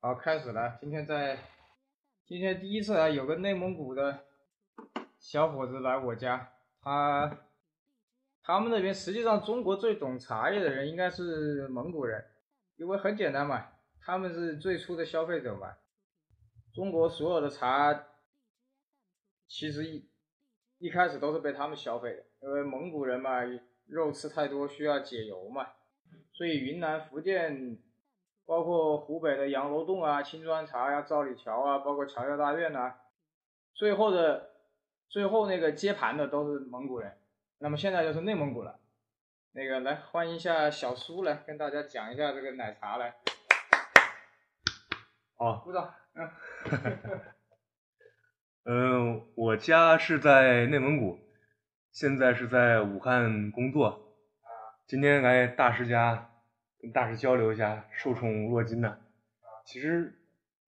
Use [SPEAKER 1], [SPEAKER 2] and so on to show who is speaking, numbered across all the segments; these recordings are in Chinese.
[SPEAKER 1] 好，开始了。今天在，今天第一次啊，有个内蒙古的小伙子来我家，他他们那边实际上中国最懂茶叶的人应该是蒙古人，因为很简单嘛，他们是最初的消费者嘛。中国所有的茶，其实一一开始都是被他们消费的，因为蒙古人嘛，肉吃太多需要解油嘛，所以云南、福建。包括湖北的洋楼洞啊、青砖茶呀、赵李桥啊，包括乔家大院呐、最后的最后那个接盘的都是蒙古人。那么现在就是内蒙古了。那个来欢迎一下小苏来跟大家讲一下这个奶茶来，
[SPEAKER 2] 哦，
[SPEAKER 1] 鼓掌。嗯，
[SPEAKER 2] 嗯，我家是在内蒙古，现在是在武汉工作。今天来大师家跟大师交流一下，受宠若惊呐。其实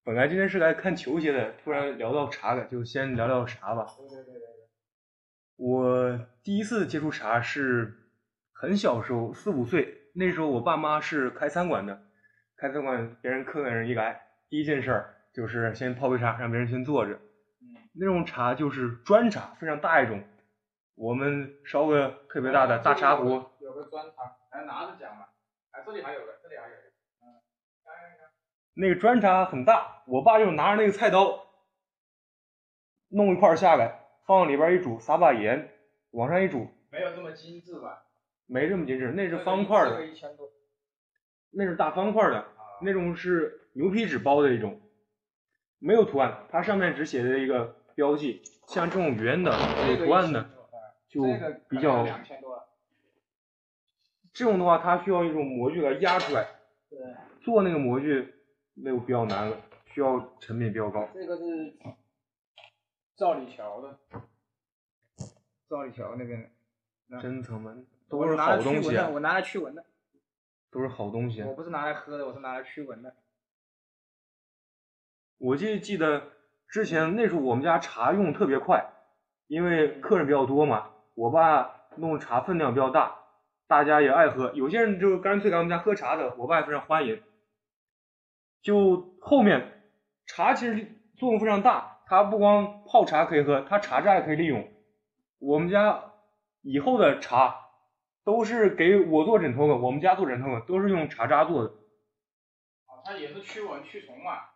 [SPEAKER 2] 本来今天是来看球鞋的，突然聊到茶了，就先聊聊茶吧。
[SPEAKER 1] 对对对对对，
[SPEAKER 2] 我第一次接触茶是很小时候，四五岁，那时候我爸妈是开餐馆的，开餐馆别人客人一来，第一件事儿就是先泡杯茶，让别人先坐着。
[SPEAKER 1] 嗯，
[SPEAKER 2] 那种茶就是砖茶，非常大一种。我们烧个特别大的大茶壶，
[SPEAKER 1] 有个砖茶，来拿着讲吧。哎，这里还有个，这里还有个。嗯，
[SPEAKER 2] 那个砖茶很大，我爸就拿着那个菜刀，弄一块儿下来，放里边儿一煮，撒把盐，往上一煮，
[SPEAKER 1] 没有这么精致吧？
[SPEAKER 2] 没这么精致，那是方块儿
[SPEAKER 1] 这
[SPEAKER 2] 的
[SPEAKER 1] 个，一千多。
[SPEAKER 2] 那是大方块儿的，
[SPEAKER 1] 啊，
[SPEAKER 2] 那种是牛皮纸包的一种，没有图案，它上面只写着一个标记，像这种圆的有图案的
[SPEAKER 1] 这
[SPEAKER 2] 就
[SPEAKER 1] 个一千多，
[SPEAKER 2] 比较，
[SPEAKER 1] 两千多了。
[SPEAKER 2] 这种的话它需要一种模具来压出来。
[SPEAKER 1] 对。
[SPEAKER 2] 做那个模具那就比较难了，需要成本比较高。
[SPEAKER 1] 这个是赵李桥的，赵李桥那边的，
[SPEAKER 2] 真他妈
[SPEAKER 1] 我
[SPEAKER 2] 都是
[SPEAKER 1] 拿来
[SPEAKER 2] 好
[SPEAKER 1] 驱
[SPEAKER 2] 东
[SPEAKER 1] 蚊
[SPEAKER 2] 西
[SPEAKER 1] 的，
[SPEAKER 2] 啊，
[SPEAKER 1] 我拿来驱蚊的，
[SPEAKER 2] 都是好东西啊
[SPEAKER 1] 我。不是拿来喝的，我是拿来驱蚊的。
[SPEAKER 2] 我就记得之前那时候我们家茶用得特别快，因为客人比较多嘛，我爸弄茶分量比较大，大家也爱喝，有些人就干脆来我们家喝茶的，我爸也非常欢迎。就后面茶其实作用非常大，它不光泡茶可以喝，它茶渣也可以利用。我们家以后的茶都是给我做枕头的，我们家做枕头的都是用茶渣做的。
[SPEAKER 1] 啊，它也是驱蚊驱虫嘛，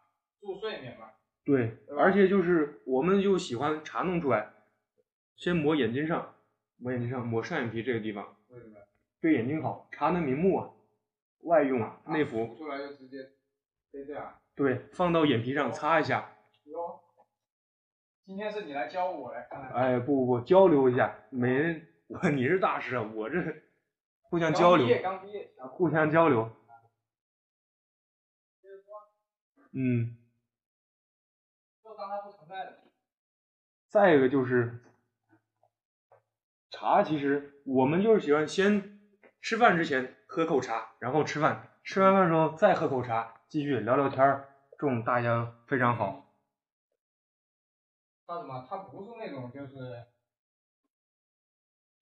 [SPEAKER 1] 助睡眠嘛。
[SPEAKER 2] 对，
[SPEAKER 1] 对吧
[SPEAKER 2] 而且就是我们就喜欢茶弄出来，先抹眼睛上，抹眼睛上，抹上眼皮这个地方，
[SPEAKER 1] 为什么？
[SPEAKER 2] 对眼睛好，茶能明目啊，外用啊，内
[SPEAKER 1] 啊哦
[SPEAKER 2] 服，
[SPEAKER 1] 出来就直接就这样。
[SPEAKER 2] 对，放到眼皮上擦一下，
[SPEAKER 1] 哟，今天是你来教我来，看来
[SPEAKER 2] 哎，不不不，交流一下，每人，我你是大师啊，我这互相交
[SPEAKER 1] 刚毕业
[SPEAKER 2] 流，
[SPEAKER 1] 刚毕业，小
[SPEAKER 2] 互相交
[SPEAKER 1] 啊
[SPEAKER 2] 流，嗯，
[SPEAKER 1] 就当它不存在的。
[SPEAKER 2] 再一个就是茶，其实我们就是喜欢先吃饭之前喝口茶，然后吃饭，吃完饭之后再喝口茶，继续聊聊天儿，这种大家非常好。
[SPEAKER 1] 它什么？它不是那种就是。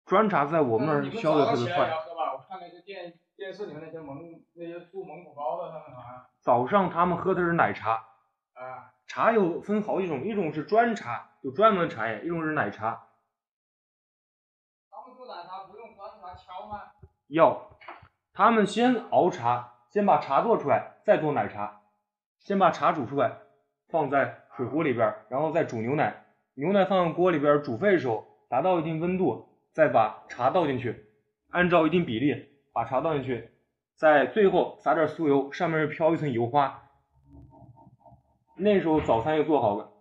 [SPEAKER 2] 砖茶在我们那
[SPEAKER 1] 嗯你
[SPEAKER 2] 儿
[SPEAKER 1] 们
[SPEAKER 2] 销
[SPEAKER 1] 早上
[SPEAKER 2] 的特
[SPEAKER 1] 起
[SPEAKER 2] 别
[SPEAKER 1] 来也
[SPEAKER 2] 快，
[SPEAKER 1] 要喝吧？我看那些电电视里面那些蒙那些住蒙古包的他们好像。
[SPEAKER 2] 早上他们喝的是奶茶，
[SPEAKER 1] 啊，
[SPEAKER 2] 茶有分好几种，一种是砖茶，有专门的茶叶，一种是奶茶，
[SPEAKER 1] 他们做奶茶不用砖茶敲吗？
[SPEAKER 2] 要他们先熬茶，先把茶做出来，再做奶茶，先把茶煮出来，放在水壶里边儿，然后再煮牛奶，牛奶放锅里边儿煮沸的时候，达到一定温度，再把茶倒进去，按照一定比例把茶倒进去，在最后撒点酥油，上面飘一层油花。那时候早餐就做好了，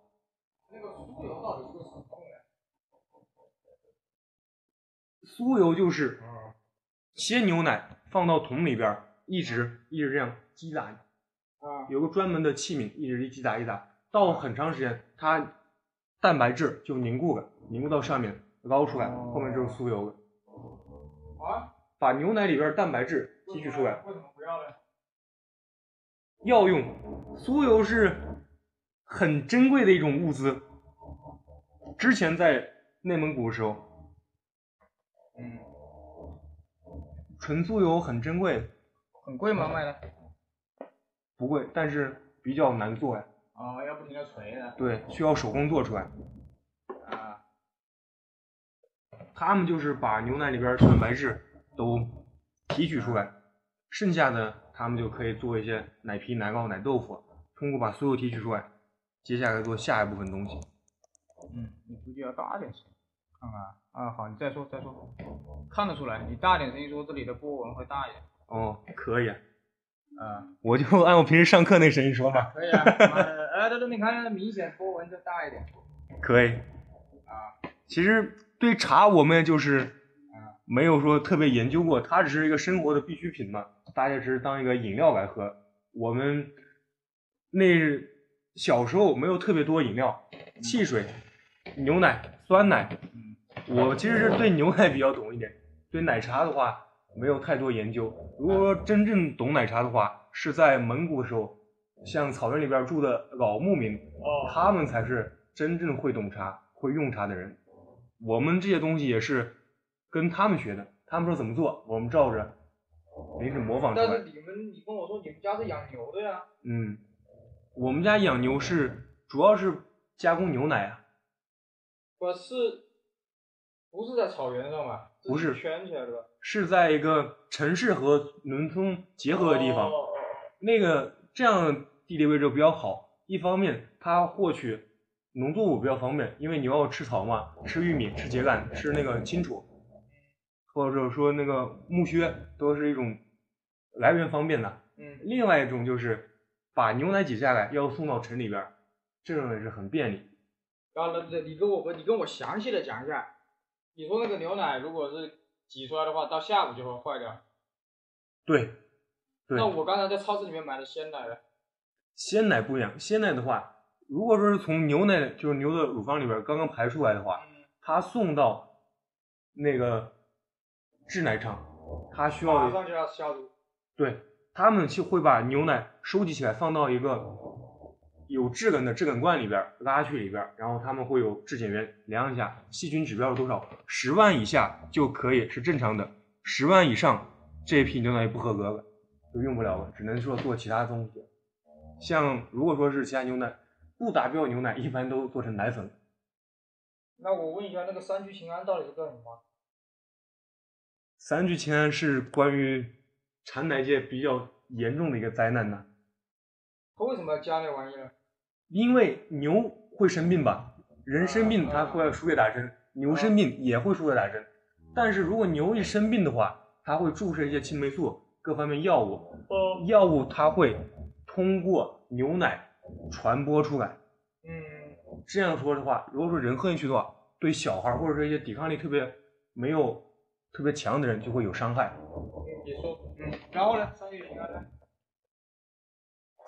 [SPEAKER 1] 那个酥油到底是什么用的？
[SPEAKER 2] 酥油就是
[SPEAKER 1] 嗯，
[SPEAKER 2] 鲜牛奶放到桶里边儿，一直一直这样击打
[SPEAKER 1] 啊，
[SPEAKER 2] 有个专门的器皿，一直一击打一打，到很长时间，它蛋白质就凝固了，凝固到上面捞出来，后面就是酥油了。
[SPEAKER 1] 啊，
[SPEAKER 2] 把牛奶里边蛋白质提取出来，
[SPEAKER 1] 为什么不要呢？
[SPEAKER 2] 药用酥油是很珍贵的一种物资。之前在内蒙古的时候，
[SPEAKER 1] 嗯，
[SPEAKER 2] 纯酥油很珍贵，
[SPEAKER 1] 很贵吗？卖的？
[SPEAKER 2] 不贵，但是比较难做呀，
[SPEAKER 1] 哦，要不停的锤的
[SPEAKER 2] 对，需要手工做出来。
[SPEAKER 1] 啊，
[SPEAKER 2] 他们就是把牛奶里边儿蛋白质都提取出来，剩下的他们就可以做一些奶皮、奶酪、奶豆腐，通过把所有提取出来，接下来做下一部分东西。
[SPEAKER 1] 嗯，你估计要大点声，看看啊，好，你再说再说，看得出来，你大点声音说，这里的波纹会大一点，
[SPEAKER 2] 哦，可以，
[SPEAKER 1] 啊，
[SPEAKER 2] 我就按我平时上课那声音说吧。
[SPEAKER 1] 可 以啊，呃哎，对对，你看明显波纹就大一点，
[SPEAKER 2] 可以。
[SPEAKER 1] 啊，
[SPEAKER 2] 其实对茶我们就是没有说特别研究过，它只是一个生活的必需品嘛，大家只是当一个饮料来喝。我们那小时候没有特别多饮料，汽水、牛奶、酸奶。
[SPEAKER 1] 嗯，
[SPEAKER 2] 我其实是对牛奶比较懂一点，对奶茶的话没有太多研究。如果说真正懂奶茶的话，是在蒙古的时候，像草原里边住的老牧民，
[SPEAKER 1] 哦
[SPEAKER 2] 他们才是真正会懂茶、会用茶的人。我们这些东西也是跟他们学的，他们说怎么做，我们照着临时模仿出
[SPEAKER 1] 但是
[SPEAKER 2] 来。
[SPEAKER 1] 你们，你跟我说你们家是养牛的呀？
[SPEAKER 2] 嗯，我们家养牛是主要是加工牛奶啊，
[SPEAKER 1] 我是，不是在草原上吧？自己
[SPEAKER 2] 不是
[SPEAKER 1] 圈起来的吧？
[SPEAKER 2] 是在一个城市和农村结合的地方。
[SPEAKER 1] 哦哦
[SPEAKER 2] 那个这样地理位置比较好，一方面它获取农作物比较方便，因为你要吃草嘛，吃玉米、吃秸秆、吃那个青贮，或者说那个木靴，都是一种来源方便的。
[SPEAKER 1] 嗯，
[SPEAKER 2] 另外一种就是把牛奶挤下来要送到城里边儿，这种也是很便利。
[SPEAKER 1] 然后呢，你跟我不，你跟我详细的讲一下。你说那个牛奶如果是挤出来的话，到下午就会坏掉。
[SPEAKER 2] 对，对
[SPEAKER 1] 那，我刚才在超市里面买的鲜奶呢？
[SPEAKER 2] 鲜奶不一样，鲜奶的话，如果说是从牛奶就是牛的乳房里边儿刚刚排出来的话，
[SPEAKER 1] 嗯，
[SPEAKER 2] 他送到那个制奶厂，他需
[SPEAKER 1] 马
[SPEAKER 2] 要
[SPEAKER 1] 上就要消毒。
[SPEAKER 2] 对他们就会把牛奶收集起来，放到一个有制冷的制冷罐里边儿，拉去里边儿，然后他们会有质检员量一下细菌指标是多少，十万以下就可以是正常的，十万以上这一批牛奶就不合格了，就用不了了，只能说做其他东西。像如果说是其他牛奶不达标牛奶，一般都做成奶粉。
[SPEAKER 1] 那我问一下，那个三聚氰胺到底是干什么？
[SPEAKER 2] 三聚氰胺是关于产奶界比较严重的一个灾难呐，
[SPEAKER 1] 它为什么要加那玩意儿？
[SPEAKER 2] 因为牛会生病吧，人生病
[SPEAKER 1] 啊
[SPEAKER 2] 它会输血打针，牛生病也会输血打针，但是如果牛一生病的话，它会注射一些青霉素各方面药物，
[SPEAKER 1] 哦，
[SPEAKER 2] 药物它会通过牛奶传播出来。
[SPEAKER 1] 嗯，
[SPEAKER 2] 这样说的话，如果说人喝进去的话，对小孩儿或者是一些抵抗力特别没有特别强的人就会有伤害。
[SPEAKER 1] 你说，嗯，然后呢？三聚氰胺呢？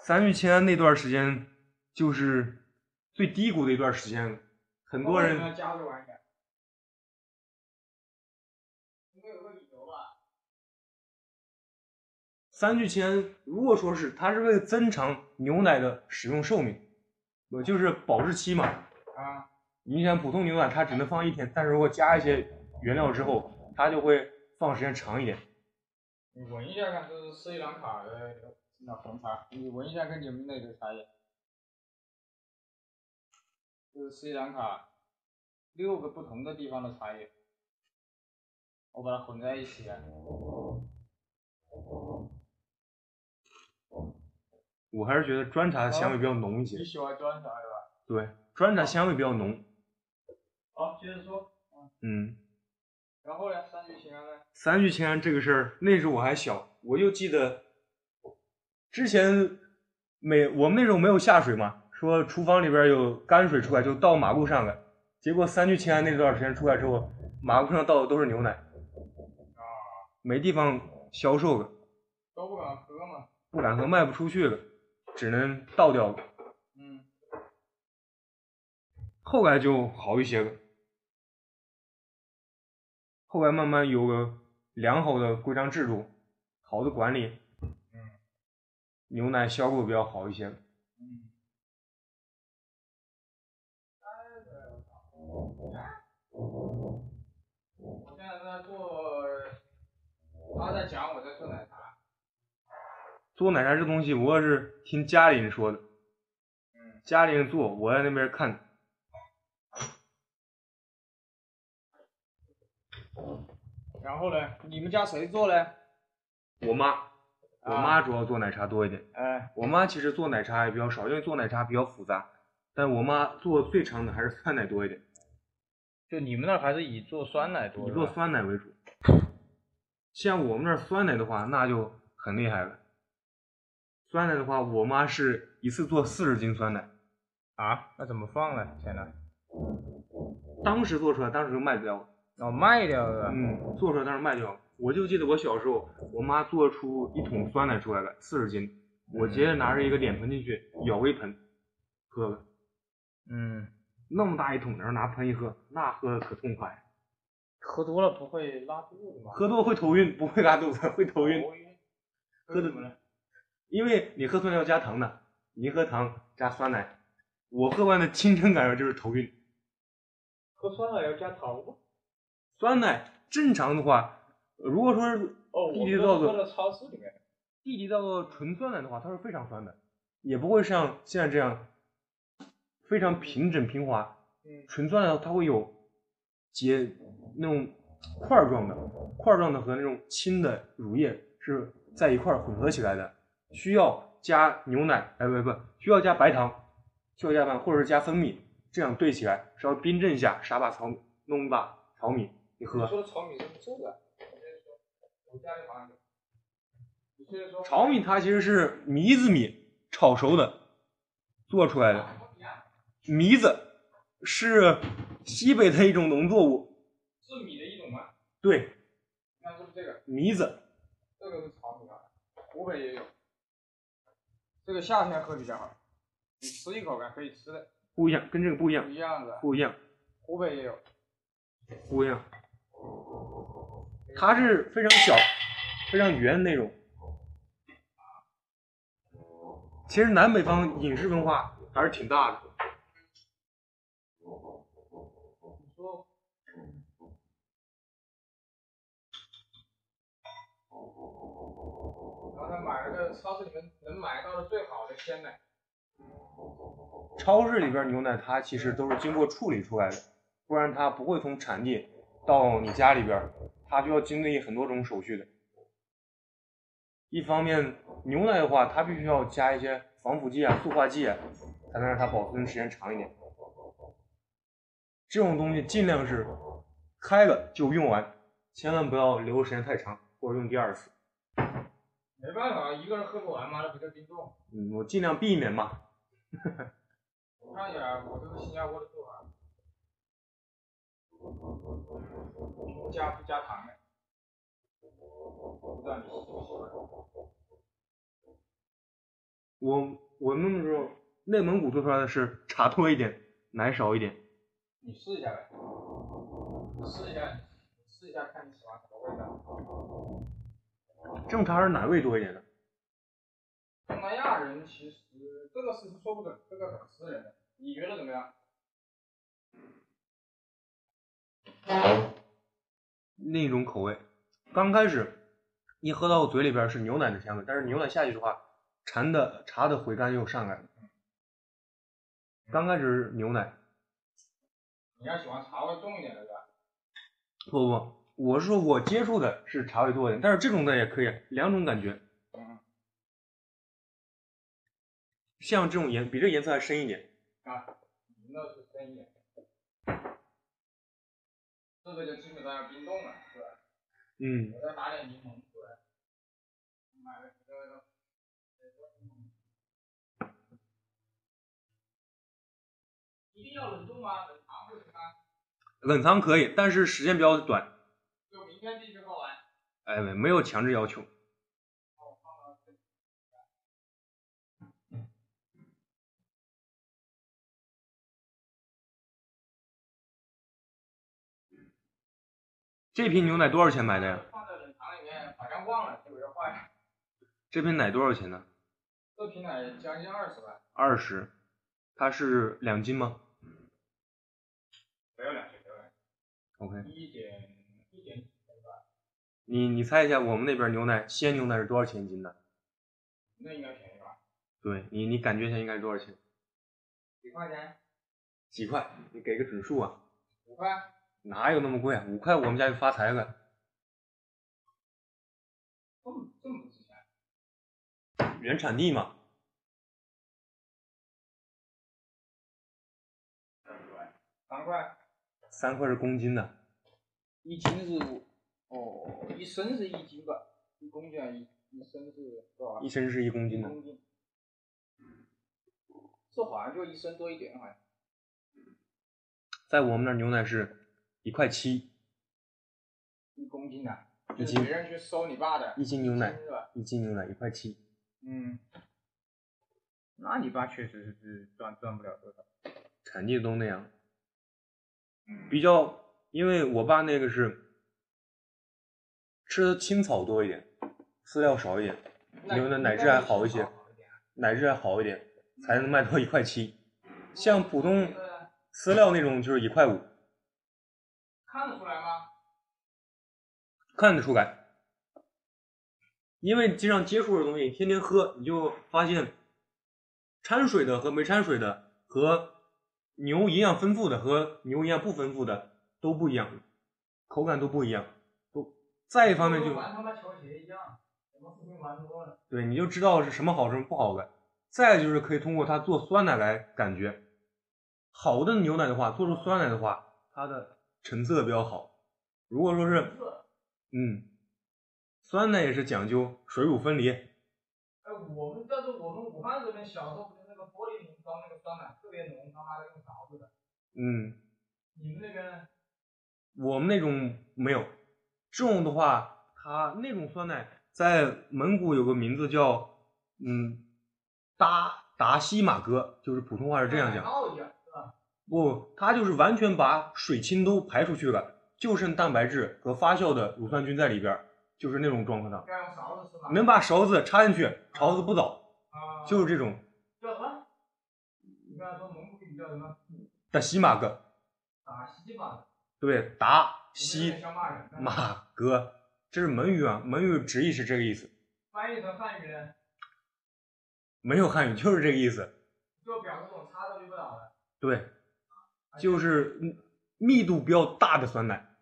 [SPEAKER 2] 三聚氰胺那段时间就是最低谷的一段时间了，很多
[SPEAKER 1] 它为什么要
[SPEAKER 2] 人
[SPEAKER 1] 加这玩意儿？应该有个理由吧？
[SPEAKER 2] 三聚氰胺如果说是它是为了增长牛奶的使用寿命，呃，就是保质期嘛。
[SPEAKER 1] 啊，
[SPEAKER 2] 你想普通牛奶它只能放一天，但是如果加一些原料之后，它就会放时间长一点。
[SPEAKER 1] 你闻一下看，这是斯里兰卡的那红茶，你闻一下跟你们那个茶叶，这是斯里兰卡六个不同的地方的茶叶，我把它混在一起啊了。
[SPEAKER 2] 我还是觉得砖茶的香味比较浓一些
[SPEAKER 1] 你，喜欢砖茶是吧？
[SPEAKER 2] 对，砖茶香味比较浓。
[SPEAKER 1] 好，接着说。
[SPEAKER 2] 嗯，
[SPEAKER 1] 然后呢？三聚氰胺呢？
[SPEAKER 2] 三聚氰胺这个事儿，那时候我还小，我就记得之前每我们那时候没有下水嘛，说厨房里边有泔水出来就倒马路上了。结果三聚氰胺那段时间出来之后，马路上倒的都是牛奶，没地方销售了，
[SPEAKER 1] 都不敢喝嘛。
[SPEAKER 2] 不敢喝，卖不出去了，只能倒掉了。
[SPEAKER 1] 嗯，
[SPEAKER 2] 后来就好一些了，后来慢慢有了良好的规章制度，好的管理，
[SPEAKER 1] 嗯，
[SPEAKER 2] 牛奶销售比较好一些了。
[SPEAKER 1] 嗯，我现在在做，他在讲，我在做奶茶。
[SPEAKER 2] 做奶茶这东西，我也是听家里人说的，家里人做，我在那边看。
[SPEAKER 1] 然后呢，你们家谁做呢？
[SPEAKER 2] 我妈，我妈主要做奶茶多一点。
[SPEAKER 1] 哎，
[SPEAKER 2] 我妈其实做奶茶也比较少，因为做奶茶比较复杂。但我妈做最长的还是酸奶多一点，
[SPEAKER 1] 就你们那儿还是以做酸奶多，
[SPEAKER 2] 以做
[SPEAKER 1] 是吧
[SPEAKER 2] 酸奶为主。像我们那儿酸奶的话，那就很厉害了。酸奶的话，我妈是一次做四十斤酸奶，
[SPEAKER 1] 啊？那怎么放呢？天呐，
[SPEAKER 2] 当时做出来，当时就卖不掉了。
[SPEAKER 1] 哦，卖掉了。
[SPEAKER 2] 嗯，做出来但是卖掉了。我就记得我小时候，我妈做出一桶酸奶出来了，四十斤，我直接拿着一个脸盆进去舀一盆，喝了，
[SPEAKER 1] 嗯，
[SPEAKER 2] 那么大一桶，然后拿盆一喝，那喝的可痛快，
[SPEAKER 1] 喝多了不会拉肚子吗？
[SPEAKER 2] 喝多会头晕，不会拉肚子，会头晕，
[SPEAKER 1] 喝
[SPEAKER 2] 喝
[SPEAKER 1] 什
[SPEAKER 2] 什
[SPEAKER 1] 么
[SPEAKER 2] 么
[SPEAKER 1] 呢？
[SPEAKER 2] 因为你喝酸奶要加糖的，你喝糖加酸奶，我喝完的亲身感受就是头晕。
[SPEAKER 1] 喝酸奶要加糖吗？
[SPEAKER 2] 酸奶正常的话，如果说是
[SPEAKER 1] 哦，
[SPEAKER 2] 弟
[SPEAKER 1] 我
[SPEAKER 2] 弟
[SPEAKER 1] 们
[SPEAKER 2] 做
[SPEAKER 1] 都
[SPEAKER 2] 的
[SPEAKER 1] 喝到超市里面。
[SPEAKER 2] 弟弟到了纯酸奶的话，它是非常酸的，也不会像现在这样非常平整平滑。
[SPEAKER 1] 嗯
[SPEAKER 2] 纯酸奶它会有结那种块儿状的，块儿状的和那种轻的乳液是在一块儿混合起来的，需要加牛奶，哎不不，需要加白糖，需要加白糖或者是加蜂蜜，这样兑起来，稍微冰镇一下，撒把草弄把淘米，你
[SPEAKER 1] 你
[SPEAKER 2] 喝。
[SPEAKER 1] 说的炒米是不是这个？我家里好像有。你接着说。
[SPEAKER 2] 炒米它其实是糜子米炒熟的做出来的。糜子是西北的一种农作物，
[SPEAKER 1] 是米的一种吗？
[SPEAKER 2] 对，
[SPEAKER 1] 那是不是这个？
[SPEAKER 2] 糜子。
[SPEAKER 1] 这个是炒米啊，湖北也有。这个夏天喝比较好，你吃一口呗，可以吃的，
[SPEAKER 2] 不一样，跟这个不一
[SPEAKER 1] 不
[SPEAKER 2] 样，
[SPEAKER 1] 一样的。
[SPEAKER 2] 不一样，
[SPEAKER 1] 湖北也有。
[SPEAKER 2] 不一样。它是非常小、非常圆的那种。其实南北方饮食文化还是挺大的。
[SPEAKER 1] 你说然后他买了个超市里面能买到的最好的鲜奶，
[SPEAKER 2] 超市里边牛奶它其实都是经过处理出来的，不然它不会从产地到你家里边儿，它就要经历很多种手续的。一方面，牛奶的话，它必须要加一些防腐剂啊、塑化剂啊，才能让它保存时间长一点。这种东西尽量是开了就用完，千万不要留时间太长或者用第二次。
[SPEAKER 1] 没办法，一个人喝不完嘛，那不就冰冻？
[SPEAKER 2] 嗯，我尽量避免嘛。
[SPEAKER 1] 我看一眼啊，我这个新加坡的做法，不嗯加不加糖的，不知道你喜不喜欢？
[SPEAKER 2] 我我们那时候内蒙古做出来的是茶多一点，奶少一点。
[SPEAKER 1] 你试一下呗，试一下，试一下看你喜欢什么味道。
[SPEAKER 2] 正常是奶味多一点的，
[SPEAKER 1] 东南亚人其实这个事情说不准，这个很私人的，你觉得怎么样？
[SPEAKER 2] 另一种口味。刚开始一喝到嘴里边是牛奶的香味，但是牛奶下去的话，馋的茶的回甘又上来了。刚开始是牛奶，
[SPEAKER 1] 你要喜欢茶味重一点的，是吧？
[SPEAKER 2] 不不，我是说我接触的是茶味多一点，但是这种的也可以，两种感觉。
[SPEAKER 1] 嗯，
[SPEAKER 2] 像这种颜比这颜色还深一点，
[SPEAKER 1] 啊，你们那是深一点，这个就基本上冰冻了，是吧？
[SPEAKER 2] 嗯，
[SPEAKER 1] 我再打点柠檬出来，买了这个。一定要冷冻吗？冷藏不行吗？
[SPEAKER 2] 冷藏可以，但是时间比较短，
[SPEAKER 1] 就明天必须喝完。
[SPEAKER 2] 哎，没有强制要求。这瓶牛奶多少钱买的呀？
[SPEAKER 1] 放在冷藏里面，好像忘了，结果又坏了。
[SPEAKER 2] 这瓶奶多少钱呢？
[SPEAKER 1] 这瓶奶将近二十万，
[SPEAKER 2] 二十，它是两斤吗
[SPEAKER 1] 没有两千多万，
[SPEAKER 2] ？OK，
[SPEAKER 1] 一点一点几千吧，
[SPEAKER 2] 你你猜一下我们那边牛奶鲜牛奶是多少钱一斤的？
[SPEAKER 1] 那应该便宜吧？
[SPEAKER 2] 对你你感觉一下应该是多少钱？
[SPEAKER 1] 几块钱？
[SPEAKER 2] 几块？你给个准数啊？
[SPEAKER 1] 五块？
[SPEAKER 2] 哪有那么贵啊？五块我们家就发财了。
[SPEAKER 1] 这么这么不值钱？
[SPEAKER 2] 原产地嘛，
[SPEAKER 1] 三块？
[SPEAKER 2] 三块是公斤的，
[SPEAKER 1] 一斤是五？哦，一升是一斤吧？一公斤啊，一一升是多少？
[SPEAKER 2] 一升是一公
[SPEAKER 1] 一
[SPEAKER 2] 斤的。
[SPEAKER 1] 公斤。这好像就一升多一点，好像。
[SPEAKER 2] 在我们那儿牛奶是一块七，
[SPEAKER 1] 一公斤的，
[SPEAKER 2] 一
[SPEAKER 1] 就是
[SPEAKER 2] 斤
[SPEAKER 1] 别人去收你爸的
[SPEAKER 2] 一斤牛奶，
[SPEAKER 1] 是吧？
[SPEAKER 2] 一斤牛奶一块七。
[SPEAKER 1] 嗯，那你爸确实是赚赚不了多少。
[SPEAKER 2] 产地都那样，
[SPEAKER 1] 嗯，
[SPEAKER 2] 比较，因为我爸那个是吃的青草多一点，饲料少一点，牛奶奶质还好一些，
[SPEAKER 1] 啊
[SPEAKER 2] 奶质还好一点，才能卖到一块七。像普通饲料那种就是一块五，
[SPEAKER 1] 看得出来吗？
[SPEAKER 2] 看得出来。因为经常接触的东西，你天天喝，你就发现掺水的和没掺水的，和牛营养丰富的和牛营养不丰富的都不一样，口感都不一样。都再一方面就
[SPEAKER 1] 玩他妈球鞋一样，我们附近玩多了。
[SPEAKER 2] 对，你就知道是什么好，什么不好了。再就是可以通过它做酸奶来感觉，好的牛奶的话，做出酸奶的话，它的成色比较好。如果说是，嗯，酸奶也是讲究水乳分离，
[SPEAKER 1] 哎，我们但是我们武汉这边小时候不是那个玻璃瓶装那个酸奶特别浓，他妈的用勺子的。
[SPEAKER 2] 嗯，
[SPEAKER 1] 你们那边呢？
[SPEAKER 2] 我们那种没有。这种的话，它那种酸奶在蒙古有个名字叫，嗯，达达西马哥，就是普通话是这样讲。
[SPEAKER 1] 奥一样，
[SPEAKER 2] 不，它就是完全把水清都排出去了，就剩蛋白质和发酵的乳酸菌在里边儿，就是那种状况的。
[SPEAKER 1] 该用勺子是吧？
[SPEAKER 2] 能把勺子插进去，勺子不倒，
[SPEAKER 1] 啊，
[SPEAKER 2] 就是这种
[SPEAKER 1] 叫什么？你刚才说蒙古语叫什么？
[SPEAKER 2] 达西马哥，
[SPEAKER 1] 打西吧，
[SPEAKER 2] 对，达
[SPEAKER 1] 有点
[SPEAKER 2] 西
[SPEAKER 1] 像骂人。但是
[SPEAKER 2] 马哥，这是蒙语啊，蒙语直译是这个意思，
[SPEAKER 1] 翻译成汉语呢，
[SPEAKER 2] 没有汉语就是这个意思，
[SPEAKER 1] 就表示这种差都遇不了啊了。
[SPEAKER 2] 对，
[SPEAKER 1] 而且
[SPEAKER 2] 就是嗯密度比较大的酸奶，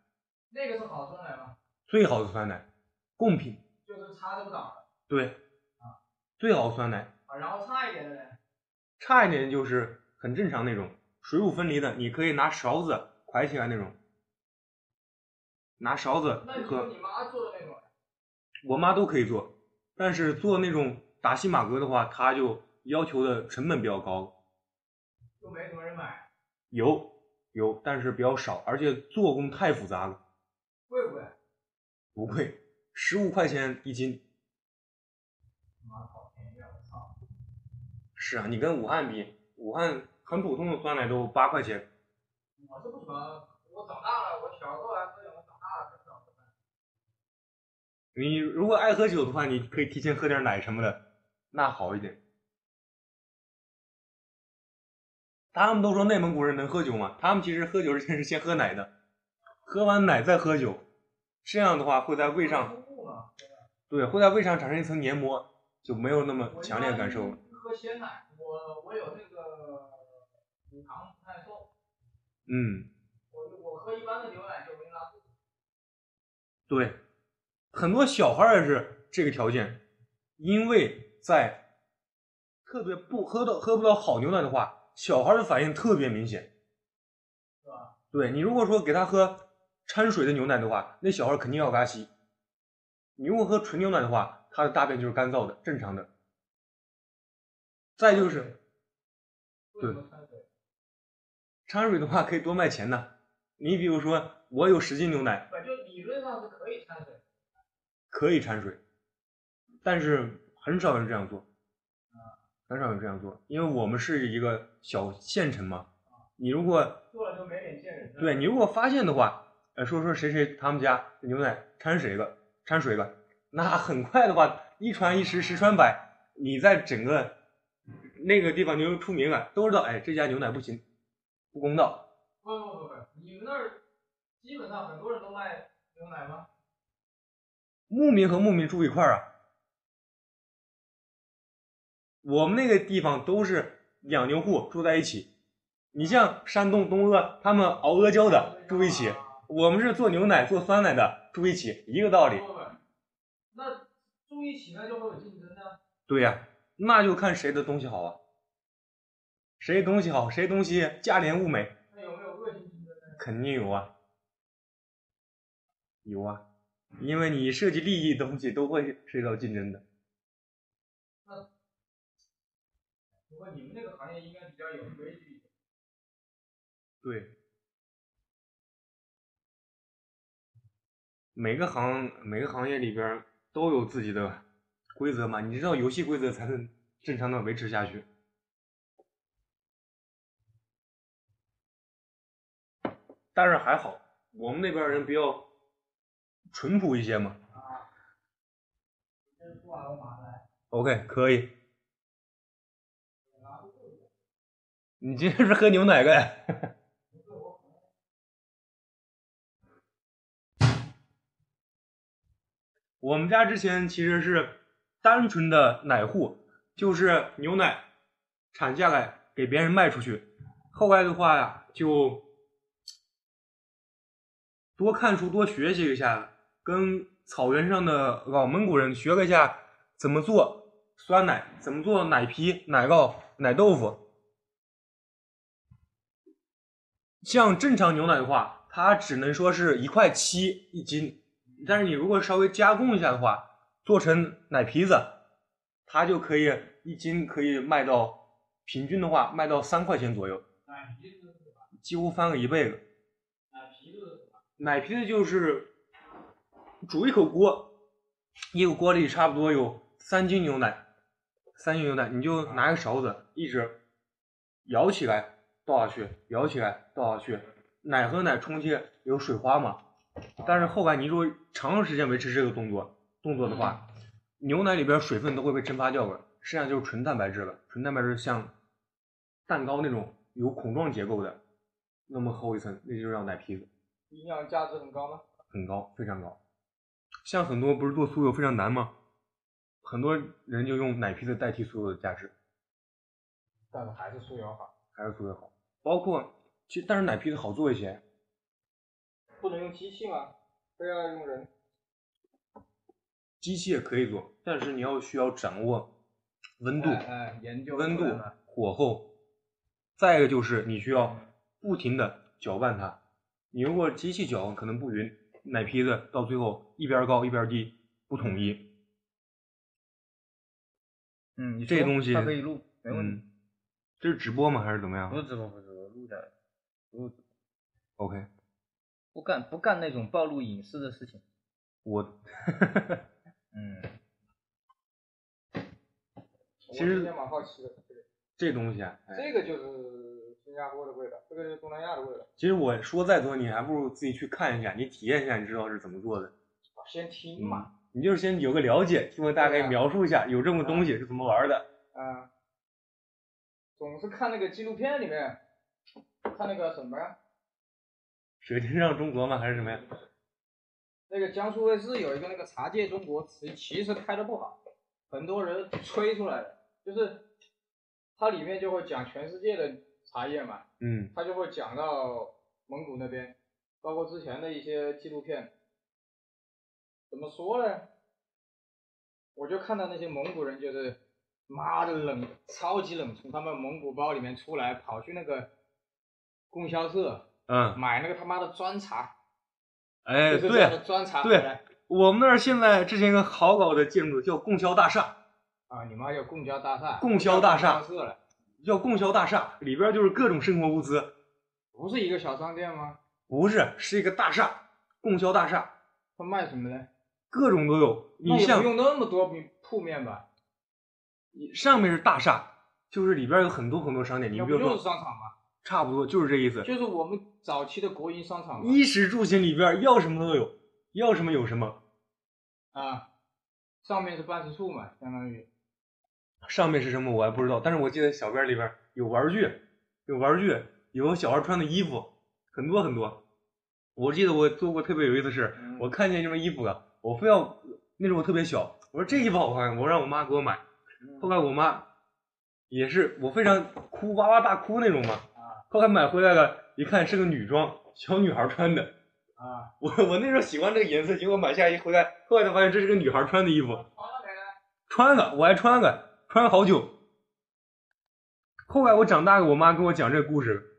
[SPEAKER 1] 那个是好酸奶嘛，
[SPEAKER 2] 最好的酸奶，贡品，
[SPEAKER 1] 就是差都不倒了
[SPEAKER 2] 对，最好的酸奶。
[SPEAKER 1] 啊。然后差一点的呢，
[SPEAKER 2] 差一点就是很正常那种，水乳分离的，你可以拿勺子㧟起来那种，拿勺子
[SPEAKER 1] 那你说
[SPEAKER 2] 和
[SPEAKER 1] 你妈做的那种，
[SPEAKER 2] 我妈都可以做，但是做那种达西马格的话，它就要求的成本比较高，
[SPEAKER 1] 就没什么人买，
[SPEAKER 2] 有有，但是比较少，而且做工太复杂了，
[SPEAKER 1] 贵不贵？
[SPEAKER 2] 不贵，十五块钱一斤。
[SPEAKER 1] 妈好便宜啊！我操，
[SPEAKER 2] 是啊，你跟武汉比，武汉很普通的酸奶都八块钱，
[SPEAKER 1] 我是不怎么，我长大了，我小时候还喝点，我长大了很少喝奶。
[SPEAKER 2] 你如果爱喝酒的话，你可以提前喝点奶什么的，那好一点。他们都说内蒙古人能喝酒嘛，他们其实喝酒之前是 先喝奶的，喝完奶再喝酒，这样的话会在胃上，
[SPEAKER 1] 不吐嘛，对吧
[SPEAKER 2] 对，会在胃上产生一层黏膜，就没有那么
[SPEAKER 1] 我一
[SPEAKER 2] 强烈的
[SPEAKER 1] 般
[SPEAKER 2] 感受了。
[SPEAKER 1] 喝鲜奶，我我有那个乳糖不耐受，
[SPEAKER 2] 嗯，
[SPEAKER 1] 我就我喝一般的牛奶就容易拉肚子。
[SPEAKER 2] 对，很多小孩儿也是这个条件，因为在特别不喝到喝不到好牛奶的话，小孩儿的反应特别明显。
[SPEAKER 1] 是吧？
[SPEAKER 2] 对你如果说给他喝掺水的牛奶的话，那小孩肯定要拉稀。你如果喝纯牛奶的话，他的大便就是干燥的，正常的。再就是
[SPEAKER 1] 为什么碳水？
[SPEAKER 2] 掺水的话，可以多卖钱呢。你比如说，我有十斤牛奶
[SPEAKER 1] 对，就理论上是可以掺水的，
[SPEAKER 2] 可以掺水，但是很少有人这样做，很少有人这样做，因为我们是一个小县城嘛。你如果
[SPEAKER 1] 做了就没脸见人了。
[SPEAKER 2] 对你如果发现的话，呃，说说谁谁他们家牛奶掺水了，掺水了，那很快的话，一传一十，十传百，你在整个那个地方就出名了，都知道，哎，这家牛奶不行，不公道。
[SPEAKER 1] 不不不不，你们那儿基本上很多人都卖牛奶吗？
[SPEAKER 2] 牧民和牧民住一块儿啊，我们那个地方都是养牛户住在一起。你像山东东阿，他们熬阿胶的住一
[SPEAKER 1] 啊
[SPEAKER 2] 起，我们是做牛奶、做酸奶的住一起，一个道理。
[SPEAKER 1] 那住一起那就会有竞争啊。
[SPEAKER 2] 对呀、那就看谁的东西好啊，谁东西好，谁东西价廉物美，
[SPEAKER 1] 那有没有恶性竞争呢？
[SPEAKER 2] 肯定有啊，有啊，因为你涉及利益的东西都会涉及到竞争的。
[SPEAKER 1] 不过你们那个行业应该比较有规矩一点。
[SPEAKER 2] 对，每个行每个行业里边儿都有自己的规则嘛，你知道游戏规则才能正常的维持下去。但是还好，我们那边儿人比较淳朴一些嘛。
[SPEAKER 1] 啊，这是布瓦罗马的，
[SPEAKER 2] OK，可以。
[SPEAKER 1] 拿不住的。
[SPEAKER 2] 你今天是喝牛奶呗？
[SPEAKER 1] 不是我可能
[SPEAKER 2] 我们家之前其实是单纯的奶户，就是牛奶产下来给别人卖出去。后来的话呀，就多看书、多学习一下，跟草原上的老蒙古人学了一下怎么做酸奶，怎么做奶皮、奶酪、奶豆腐。像正常牛奶的话，它只能说是一块七一斤，但是你如果稍微加工一下的话，做成奶皮子，它就可以一斤可以卖到平均的话卖到三块钱左右，
[SPEAKER 1] 奶皮子是什么？
[SPEAKER 2] 几乎翻了一倍了。
[SPEAKER 1] 奶皮子是什么？
[SPEAKER 2] 奶皮子就是煮一口锅，一个锅里差不多有三斤牛奶，三斤牛奶你就拿个勺子一直舀起来倒下去，舀起来倒下去，奶和奶冲击有水花嘛。但是后来你如果长时间维持这个动作动作的话，牛奶里边水分都会被蒸发掉了，剩下就是纯蛋白质了。纯蛋白质像蛋糕那种有孔状结构的，那么厚一层，那就叫奶皮子。
[SPEAKER 1] 营养价值很高吗？
[SPEAKER 2] 很高，非常高。像很多不是做酥油非常难吗？很多人就用奶皮子代替酥油的价值，
[SPEAKER 1] 但是还是素油好，
[SPEAKER 2] 还是酥油好。包括其实，但是奶皮子好做一些，
[SPEAKER 1] 不能用机器吗？非要用人？
[SPEAKER 2] 机器也可以做，但是你要需要掌握温度、
[SPEAKER 1] 哎哎，研究
[SPEAKER 2] 温
[SPEAKER 1] 出来
[SPEAKER 2] 度
[SPEAKER 1] 了、
[SPEAKER 2] 火候。再一个就是你需要不停的搅拌它，你如果机器搅可能不匀，奶皮子到最后一边高一边低，不统一。
[SPEAKER 1] 嗯，你
[SPEAKER 2] 这
[SPEAKER 1] 说
[SPEAKER 2] 东西
[SPEAKER 1] 它可以录，没问题。
[SPEAKER 2] 嗯，这是直播吗？还是怎么样
[SPEAKER 1] 不是直播，不是直播，录的，不
[SPEAKER 2] ？OK，
[SPEAKER 1] 不干不干那种暴露隐私的事情。
[SPEAKER 2] 我
[SPEAKER 1] 嗯。
[SPEAKER 2] 其实
[SPEAKER 1] 我之前蛮好奇的，这个
[SPEAKER 2] 这东西啊，哎
[SPEAKER 1] 这个就是新加坡的味道，这个就是东南亚的味道。
[SPEAKER 2] 其实我说再多，你还不如自己去看一下，你体验一下，你知道是怎么做的。
[SPEAKER 1] 啊先听嘛，
[SPEAKER 2] 你就是先有个了解，听我大概描述一下，有这
[SPEAKER 1] 嗯
[SPEAKER 2] 么个东西是怎么玩的。
[SPEAKER 1] 啊，总是看那个纪录片里面，看那个什么呀，
[SPEAKER 2] 舌尖上中国吗？还是什么呀？
[SPEAKER 1] 那个江苏卫视有一个那个《茶界中国》，其其实拍的不好，很多人吹出来的，就是它里面就会讲全世界的茶叶嘛，
[SPEAKER 2] 嗯
[SPEAKER 1] 他就会讲到蒙古那边，包括之前的一些纪录片。怎么说呢？我就看到那些蒙古人就是，妈的冷，超级冷，从他们蒙古包里面出来，跑去那个供销社
[SPEAKER 2] 嗯，
[SPEAKER 1] 买那个他妈的砖茶，
[SPEAKER 2] 哎，
[SPEAKER 1] 就是这样
[SPEAKER 2] 对
[SPEAKER 1] 的砖茶回
[SPEAKER 2] 对
[SPEAKER 1] 来
[SPEAKER 2] 我们那儿现在之前有个好搞的建筑叫供销大厦，
[SPEAKER 1] 啊！你妈叫供销大厦，
[SPEAKER 2] 供销大厦
[SPEAKER 1] 供销社了，
[SPEAKER 2] 叫供销大厦，里边就是各种生活物资，
[SPEAKER 1] 不是一个小商店吗？
[SPEAKER 2] 不是，是一个大厦，供销大厦，
[SPEAKER 1] 他卖什么呢？
[SPEAKER 2] 各种都有。
[SPEAKER 1] 那
[SPEAKER 2] 你
[SPEAKER 1] 也不
[SPEAKER 2] 像
[SPEAKER 1] 用那么多米铺面吧？
[SPEAKER 2] 上面是大厦，就是里边有很多很多商店，你
[SPEAKER 1] 那
[SPEAKER 2] 比
[SPEAKER 1] 不
[SPEAKER 2] 如
[SPEAKER 1] 就是
[SPEAKER 2] 说，
[SPEAKER 1] 商场吗？
[SPEAKER 2] 差不多就是这意思。
[SPEAKER 1] 就是我们早期的国营商场嘛。
[SPEAKER 2] 衣食住行里边儿要什么都有，要什么有什么。
[SPEAKER 1] 啊，上面是办事处嘛，相当于
[SPEAKER 2] 上面是什么我还不知道，但是我记得小院儿里边儿有玩具，有玩具，有小孩穿的衣服，很多很多。我记得我做过特别有意思的事
[SPEAKER 1] 嗯，
[SPEAKER 2] 我看见什么衣服了，我非
[SPEAKER 1] 嗯
[SPEAKER 2] 要那时候我特别小，我说这衣服好看，我让我妈给我买。后来我妈也是我非常哭哇哇大哭那种嘛。
[SPEAKER 1] 啊
[SPEAKER 2] 后来买回来了，一看是个女装，小女孩穿的。
[SPEAKER 1] 啊，
[SPEAKER 2] 我我那时候喜欢这个颜色，结果买下一回来，后来才发现这是个女孩穿的衣服。穿了，我还穿了，穿了好久。后来我长大了，我妈跟我讲这个故事，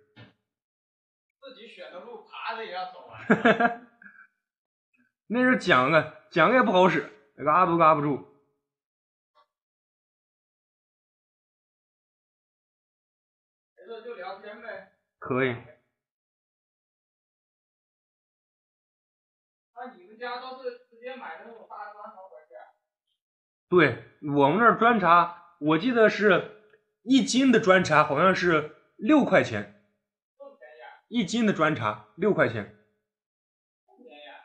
[SPEAKER 1] 自己选的路，爬着也要走啊完。
[SPEAKER 2] 那时候讲了，讲了也不好使，拉都拉不住。
[SPEAKER 1] 没事就聊天呗。
[SPEAKER 2] 可以，
[SPEAKER 1] 那你们家都是直接买那种大罐头回家？
[SPEAKER 2] 对我们那儿砖茶，我记得是一斤的砖茶，好像是六块钱，
[SPEAKER 1] 这么便宜啊？
[SPEAKER 2] 一斤的砖茶六块钱。
[SPEAKER 1] 这么便宜啊？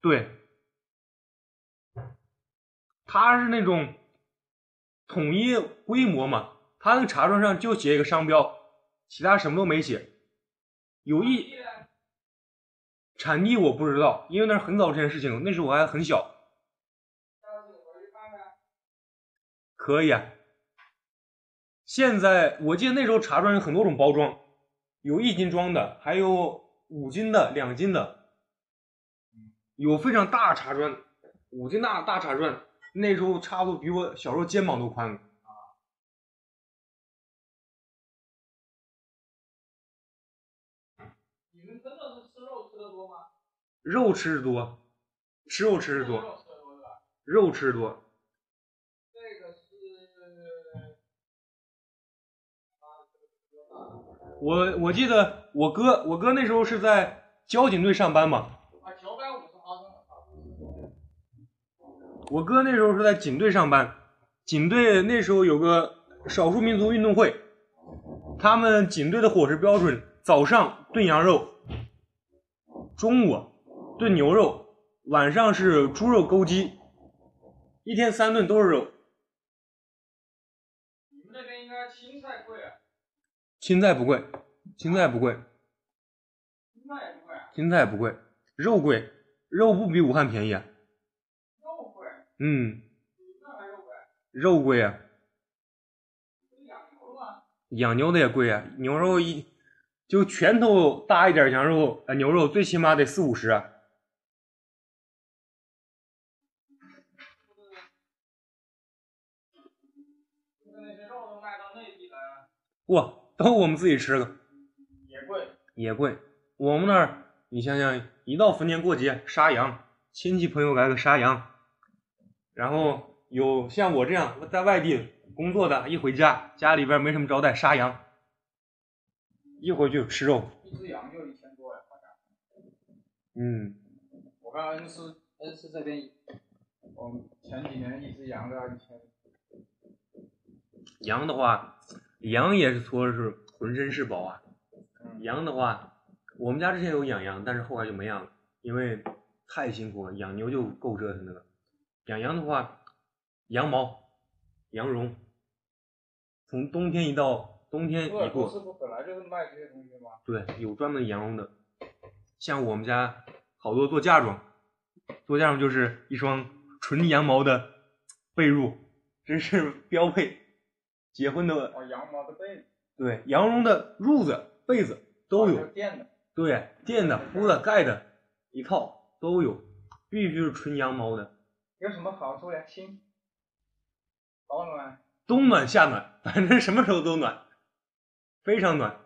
[SPEAKER 2] 对，它是那种统一规模嘛，它那个茶庄上就写一个商标，其他什么都没写。有一产地我不知道，因为那是很早之前的事情了，那时候我还很小。
[SPEAKER 1] 下次我回去看看。
[SPEAKER 2] 可以啊。现在我记得那时候茶庄有很多种包装，有一斤装的，还有五斤的、两斤的，有非常大的茶砖，五斤大的大茶砖，那时候差不多比我小时候肩膀都宽了。
[SPEAKER 1] 你们真的是吃肉吃的多吗？
[SPEAKER 2] 肉吃的多，吃肉吃的多，
[SPEAKER 1] 肉吃的多是吧？
[SPEAKER 2] 肉吃的多。
[SPEAKER 1] 这个是。啊
[SPEAKER 2] 我我记得我哥，我哥那时候是在交警队上班嘛，
[SPEAKER 1] 啊，九百五十毫升的草
[SPEAKER 2] 我哥那时候是在警队上班，警队那时候有个少数民族运动会，他们警队的伙食标准：早上炖羊肉，中午炖牛肉，晚上是猪肉勾鸡，一天三顿都是肉。
[SPEAKER 1] 你们那边应该青菜贵啊？
[SPEAKER 2] 青菜不贵，青菜不贵，
[SPEAKER 1] 青菜也不贵啊，
[SPEAKER 2] 青菜不贵，肉贵，肉不比武汉便宜啊。
[SPEAKER 1] 肉贵，
[SPEAKER 2] 嗯，
[SPEAKER 1] 那还肉贵？
[SPEAKER 2] 肉贵啊，
[SPEAKER 1] 不是养牛的吗？
[SPEAKER 2] 养牛的也贵啊，牛肉一就拳头大一点儿羊肉呃牛肉最起码得四五十啊。
[SPEAKER 1] 就那些肉都卖到内地来了，
[SPEAKER 2] 哇，都我们自己吃了，
[SPEAKER 1] 也贵。
[SPEAKER 2] 也贵。我们那儿，你想想，一到逢年过节杀羊，亲戚朋友来个杀羊，然后有像我这样在外地工作的，一回家家里边没什么招待，杀羊，一回去吃肉。
[SPEAKER 1] 一只羊就一千多呀，好像。
[SPEAKER 2] 嗯，
[SPEAKER 1] 我看恩施恩施这边，我们前几年一只羊都要一千。
[SPEAKER 2] 羊的话，羊也是说是浑身是宝啊。
[SPEAKER 1] 嗯，
[SPEAKER 2] 羊的话，我们家之前有养羊，但是后来就没养了，因为太辛苦了。养牛就够折腾的了，养羊的话，羊毛、羊绒，从冬天一到冬天
[SPEAKER 1] 鄂
[SPEAKER 2] 一
[SPEAKER 1] 尔多
[SPEAKER 2] 过，
[SPEAKER 1] 斯不本来就是卖这些东西吗？
[SPEAKER 2] 对，有专门羊绒的。像我们家好多做嫁妆，做嫁妆就是一双纯羊毛的被褥，真是标配。结婚的
[SPEAKER 1] 哦，羊毛的被子
[SPEAKER 2] 对羊绒的褥子、被子都有
[SPEAKER 1] 哦。就垫的。
[SPEAKER 2] 对，垫的、铺的、盖的，一套都有，必须是纯羊毛的，
[SPEAKER 1] 有什么好处呀？新，保暖。啊
[SPEAKER 2] 冬暖夏暖，反正什么时候都暖，非常暖。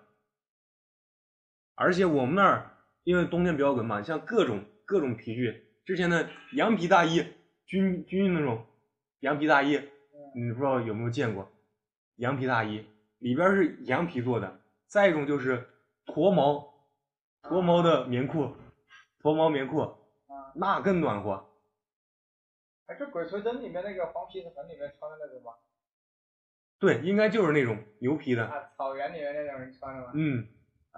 [SPEAKER 2] 而且我们那儿因为冬天比较冷嘛，像各种各种皮具，之前的羊皮大衣，军军那种羊皮大衣，你不知道有没有见过？羊皮大衣里边是羊皮做的，再一种就是驼毛，驼毛的棉裤，驼毛棉裤，
[SPEAKER 1] 啊，
[SPEAKER 2] 那更暖和。
[SPEAKER 1] 哎，这《鬼吹灯》里面那个黄皮子坟里面穿的那种吗？
[SPEAKER 2] 对，应该就是那种牛皮的，
[SPEAKER 1] 啊，草原里面那种人穿的吗？
[SPEAKER 2] 嗯，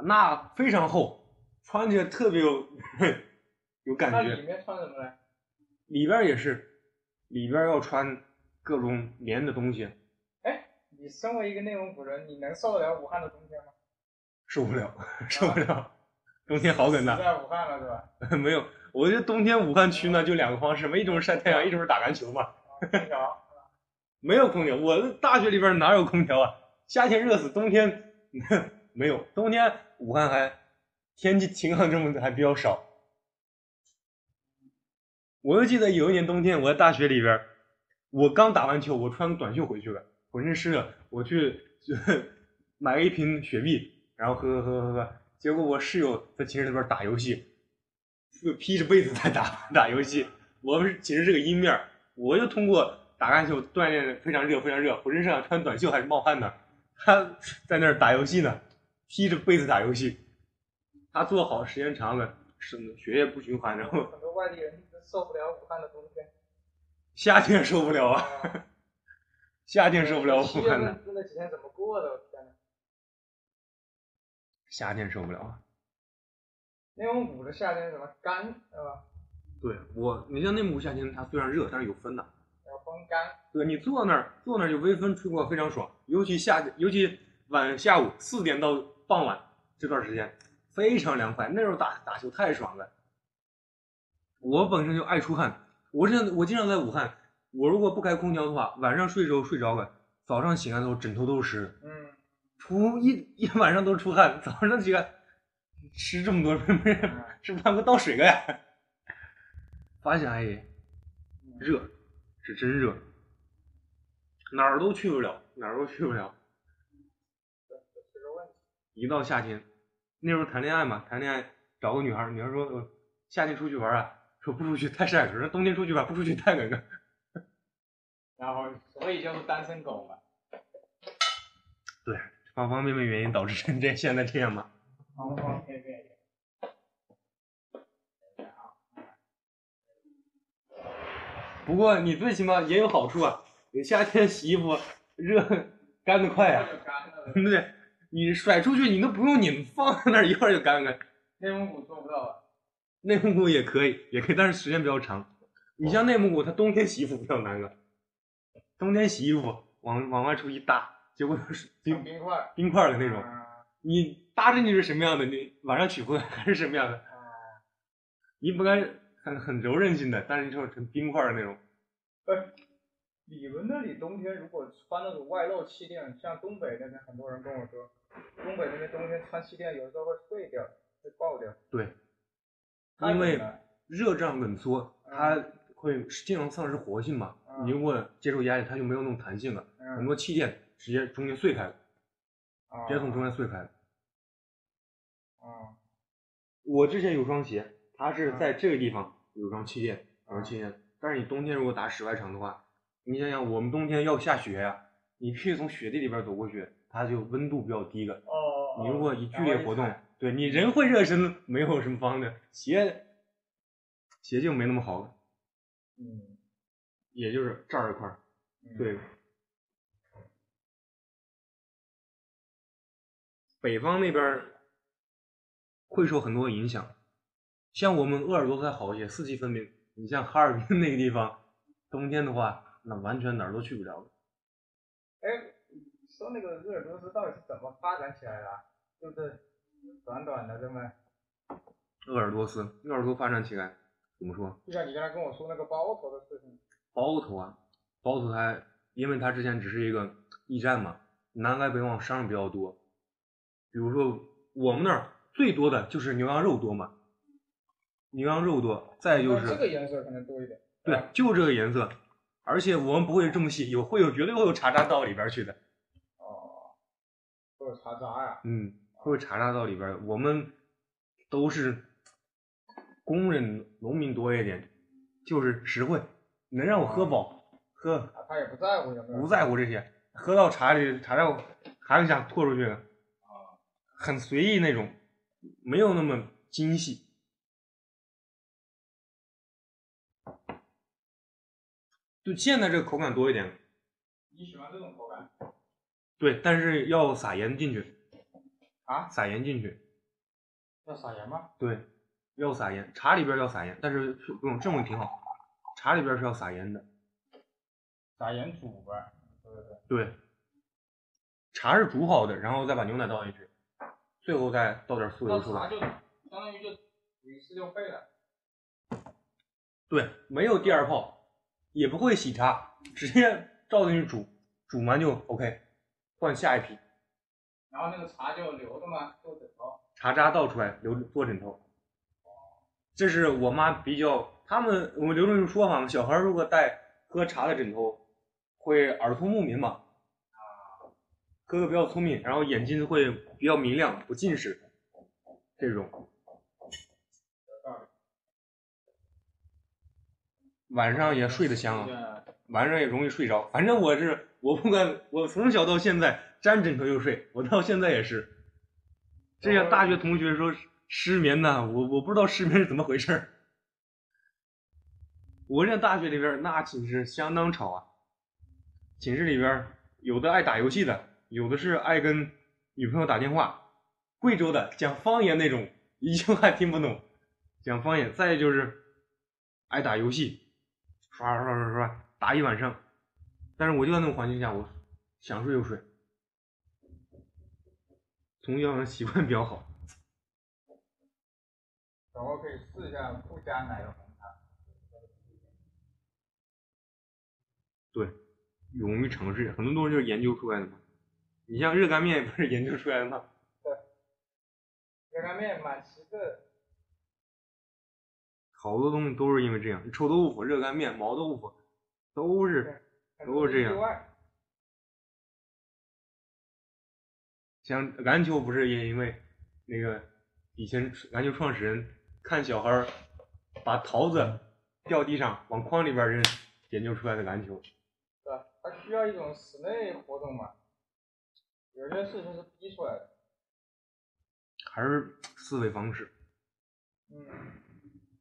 [SPEAKER 2] 那非常厚，穿起来特别有有感
[SPEAKER 1] 那
[SPEAKER 2] 觉
[SPEAKER 1] 里。面穿什么呢？
[SPEAKER 2] 里边儿也是，里边儿要穿各种棉的东西，
[SPEAKER 1] 你身为一个内蒙古人，你能受得了武汉的冬天吗？
[SPEAKER 2] 受不了，受不了。冬天好冷
[SPEAKER 1] 死
[SPEAKER 2] 呐，
[SPEAKER 1] 在武汉了是吧？
[SPEAKER 2] 没有，我觉得冬天武汉区呢就两个方式嘛，一种是晒太阳，一种是打篮球嘛。
[SPEAKER 1] 啊，空调。
[SPEAKER 2] 没有空调，我大学里边哪有空调啊？夏天热死，冬天 没有，冬天武汉还天气晴朗，这么还比较少。我就记得有一年冬天，我在大学里边儿，我刚打完球，我穿短袖回去了，浑身湿了，我去 就买了一瓶雪碧，然后喝喝喝喝喝，结果我室友在寝室里边儿打游戏，就披着被子在打 打游戏。我们寝室是个阴面儿，我就通过打篮球锻炼得非常热非常热，浑身上下穿短袖还是冒汗的，他在那儿打游戏呢，披着被子打游戏。他做好时间长了，是血液不循环，然后
[SPEAKER 1] 很多外地人一直受不了武汉的冬天。
[SPEAKER 2] 夏天受不了啊，
[SPEAKER 1] 啊，
[SPEAKER 2] 夏天受不了武
[SPEAKER 1] 七月
[SPEAKER 2] 汉的，
[SPEAKER 1] 份那几天怎么过的？我天呐，
[SPEAKER 2] 夏天受不了啊。
[SPEAKER 1] 内蒙古的夏天什么干是吧？
[SPEAKER 2] 对我，你像内蒙古夏天，它虽然热，但是有风的。
[SPEAKER 1] 要风干，
[SPEAKER 2] 对你坐那儿，坐那儿有微风吹过，非常爽。尤其夏，尤其晚下午四点到傍晚这段时间，非常凉快。那时候打打球太爽了。我本身就爱出汗，我这我经常在武汉，我如果不开空调的话，晚上睡的时候睡着了，早上醒来的时候枕头都是湿的。
[SPEAKER 1] 嗯，
[SPEAKER 2] 出一一晚上都出汗，早上起来吃这么多，没人吃不上个倒水个呀。发现哎，热是真热，哪儿都去不了，哪儿都去不了。
[SPEAKER 1] 这个问题。
[SPEAKER 2] 一到夏天，那时候谈恋爱嘛，谈恋爱找个女孩儿，女孩儿说、呃夏天出去玩儿啊，说不出去太晒人，说冬天出去吧，不出去太冷了。
[SPEAKER 1] 然后，所以就是单身狗嘛。
[SPEAKER 2] 方方面面原因导致成这现在这样嘛。
[SPEAKER 1] 方方面面也。
[SPEAKER 2] 不过你最起码也有好处啊，你夏天洗衣服热干得快呀、啊
[SPEAKER 1] 就干了呗。
[SPEAKER 2] 对，你甩出去，你都不用拧，放在那儿一会儿就干了。
[SPEAKER 1] 内蒙古做不到啊。
[SPEAKER 2] 内蒙古也可以，也可以，但是时间比较长。你像内蒙古，它冬天洗衣服比较难了，冬天洗衣服往往外出一搭，结果是
[SPEAKER 1] 冰
[SPEAKER 2] 冰
[SPEAKER 1] 冰块儿。
[SPEAKER 2] 冰块儿的那种，
[SPEAKER 1] 啊
[SPEAKER 2] 你搭进去是什么样的，你晚上取回来还是什么样的。
[SPEAKER 1] 啊
[SPEAKER 2] 你本来很很柔韧性的，但是就是成冰块儿的那种。
[SPEAKER 1] 你们那里冬天如果穿那种外露气垫，像东北那边很多人跟我说，东北那边冬天穿气垫有时候会碎掉，会爆掉。
[SPEAKER 2] 对，
[SPEAKER 1] 太冷
[SPEAKER 2] 因为
[SPEAKER 1] 了
[SPEAKER 2] 热胀冷缩，它会经常丧失活性嘛。
[SPEAKER 1] 嗯
[SPEAKER 2] 你如果接受压力，它就没有那种弹性了，
[SPEAKER 1] 嗯，
[SPEAKER 2] 很多气垫直接中间碎开了。
[SPEAKER 1] 啊
[SPEAKER 2] 直接从中间碎开。
[SPEAKER 1] 啊
[SPEAKER 2] 我之前有双鞋，它是在这个地方有双气垫，有双气垫。但是你冬天如果打室外场的话，你想想，我们冬天要下雪呀、你必须从雪地里边走过去，它就温度比较低了。
[SPEAKER 1] 哦，
[SPEAKER 2] 你如果一剧嗯烈活动
[SPEAKER 1] 然后一踩，
[SPEAKER 2] 对你人会热身，没有什么帮的，鞋鞋就没那么好了，
[SPEAKER 1] 嗯，
[SPEAKER 2] 也就是这儿一块儿。
[SPEAKER 1] 嗯
[SPEAKER 2] 对，北方那边儿会受很多影响，像我们鄂尔多斯还好一些，四季分明。你像哈尔滨那 个地方，冬天的话，那完全哪儿都去不了了。
[SPEAKER 1] 哎，说那个鄂尔多斯到底是怎么发展起来的啊？就是短短的这么，
[SPEAKER 2] 鄂尔多斯，鄂尔多斯发展起来怎么说？
[SPEAKER 1] 就像你刚才跟我说那个包头的事情，
[SPEAKER 2] 包头啊，包头它因为它之前只是一个驿站嘛，南来北往商人比较多。比如说我们那儿最多的就是牛羊肉多嘛，牛羊肉多，再就
[SPEAKER 1] 哦那这
[SPEAKER 2] 是
[SPEAKER 1] 个颜色可能多一点。
[SPEAKER 2] 对，就这个颜色，而且我们不会这么细，有会有绝对会有查渣到里边儿去的，
[SPEAKER 1] 哦，都是茶渣呀、
[SPEAKER 2] 嗯，会有查渣到里边儿的。我们都是工人农民多一点，就是实惠，能让我喝
[SPEAKER 1] 哦
[SPEAKER 2] 饱，喝
[SPEAKER 1] 啊，他也不在乎有没有。
[SPEAKER 2] 不在乎这些，喝到茶里茶到茶里想吐出去了，很随意那种，没有那么精细。就现在这个口感多一点，
[SPEAKER 1] 你喜欢这种口感
[SPEAKER 2] 对，但是要撒盐进去，
[SPEAKER 1] 啊？
[SPEAKER 2] 撒盐进去，
[SPEAKER 1] 要撒盐吗？
[SPEAKER 2] 对，要撒盐，茶里边要撒盐，但是不用，这种挺好，茶里边是要撒盐的，
[SPEAKER 1] 撒盐煮呗，对不对？
[SPEAKER 2] 对，茶是煮好的，然后再把牛奶倒进去，最后再倒点酥油
[SPEAKER 1] 那
[SPEAKER 2] 出来
[SPEAKER 1] 茶。就相当于就属于自就废了。
[SPEAKER 2] 对，没有第二泡，也不会洗茶，直接照进去煮，煮完就 OK。换下一批，
[SPEAKER 1] 然后那个茶就留着嘛，做枕头。
[SPEAKER 2] 茶渣倒出来留做枕头。这是我妈比较，他们我们留这种说法嘛，小孩儿如果带喝茶的枕头，会耳聪目明嘛。哥哥比较聪明，然后眼睛会比较明亮，不近视，这种。晚上也睡得香啊。
[SPEAKER 1] 啊。
[SPEAKER 2] 晚上也容易睡着。反正我是，我不管，我从小到现在沾枕头就睡，我到现在也是。这些大学同学说失眠呐，我我不知道失眠是怎么回事儿。我这大学里边儿那寝室相当吵啊，寝室里边儿有的爱打游戏的，有的是爱跟女朋友打电话。贵州的讲方言那种，一句话听不懂，讲方言。再就是爱打游戏，刷刷刷刷刷打一晚上。但是我就在那种环境下，我想睡就睡。从小习惯比较好，
[SPEAKER 1] 然后可以试一下不加奶的红茶。
[SPEAKER 2] 对，勇于尝试，很多东西就是研究出来的嘛。你像热干面不是研究出来的吗？
[SPEAKER 1] 热干面满奇志，
[SPEAKER 2] 好多东西都是因为这样，臭豆腐、热干面、毛豆腐，都是
[SPEAKER 1] 很
[SPEAKER 2] 都
[SPEAKER 1] 多
[SPEAKER 2] 是这样
[SPEAKER 1] 意外。
[SPEAKER 2] 像篮球不是也因为那个以前篮球创始人看小孩儿把桃子掉地上往筐里边扔，研究出来的篮球。
[SPEAKER 1] 对吧？它需要一种室内活动嘛，有些事情是逼出来的。
[SPEAKER 2] 还是思维方式。
[SPEAKER 1] 嗯，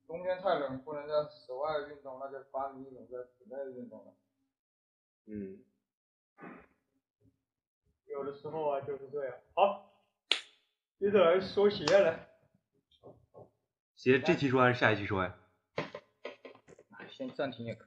[SPEAKER 1] 冬天太冷，不能在室外运动，那就发明一种在室内运动了。
[SPEAKER 2] 嗯，
[SPEAKER 1] 有的时候啊就是这样。好，接着来说鞋了。
[SPEAKER 2] 鞋这期说还是下一期说呀？
[SPEAKER 1] 先暂停也可以。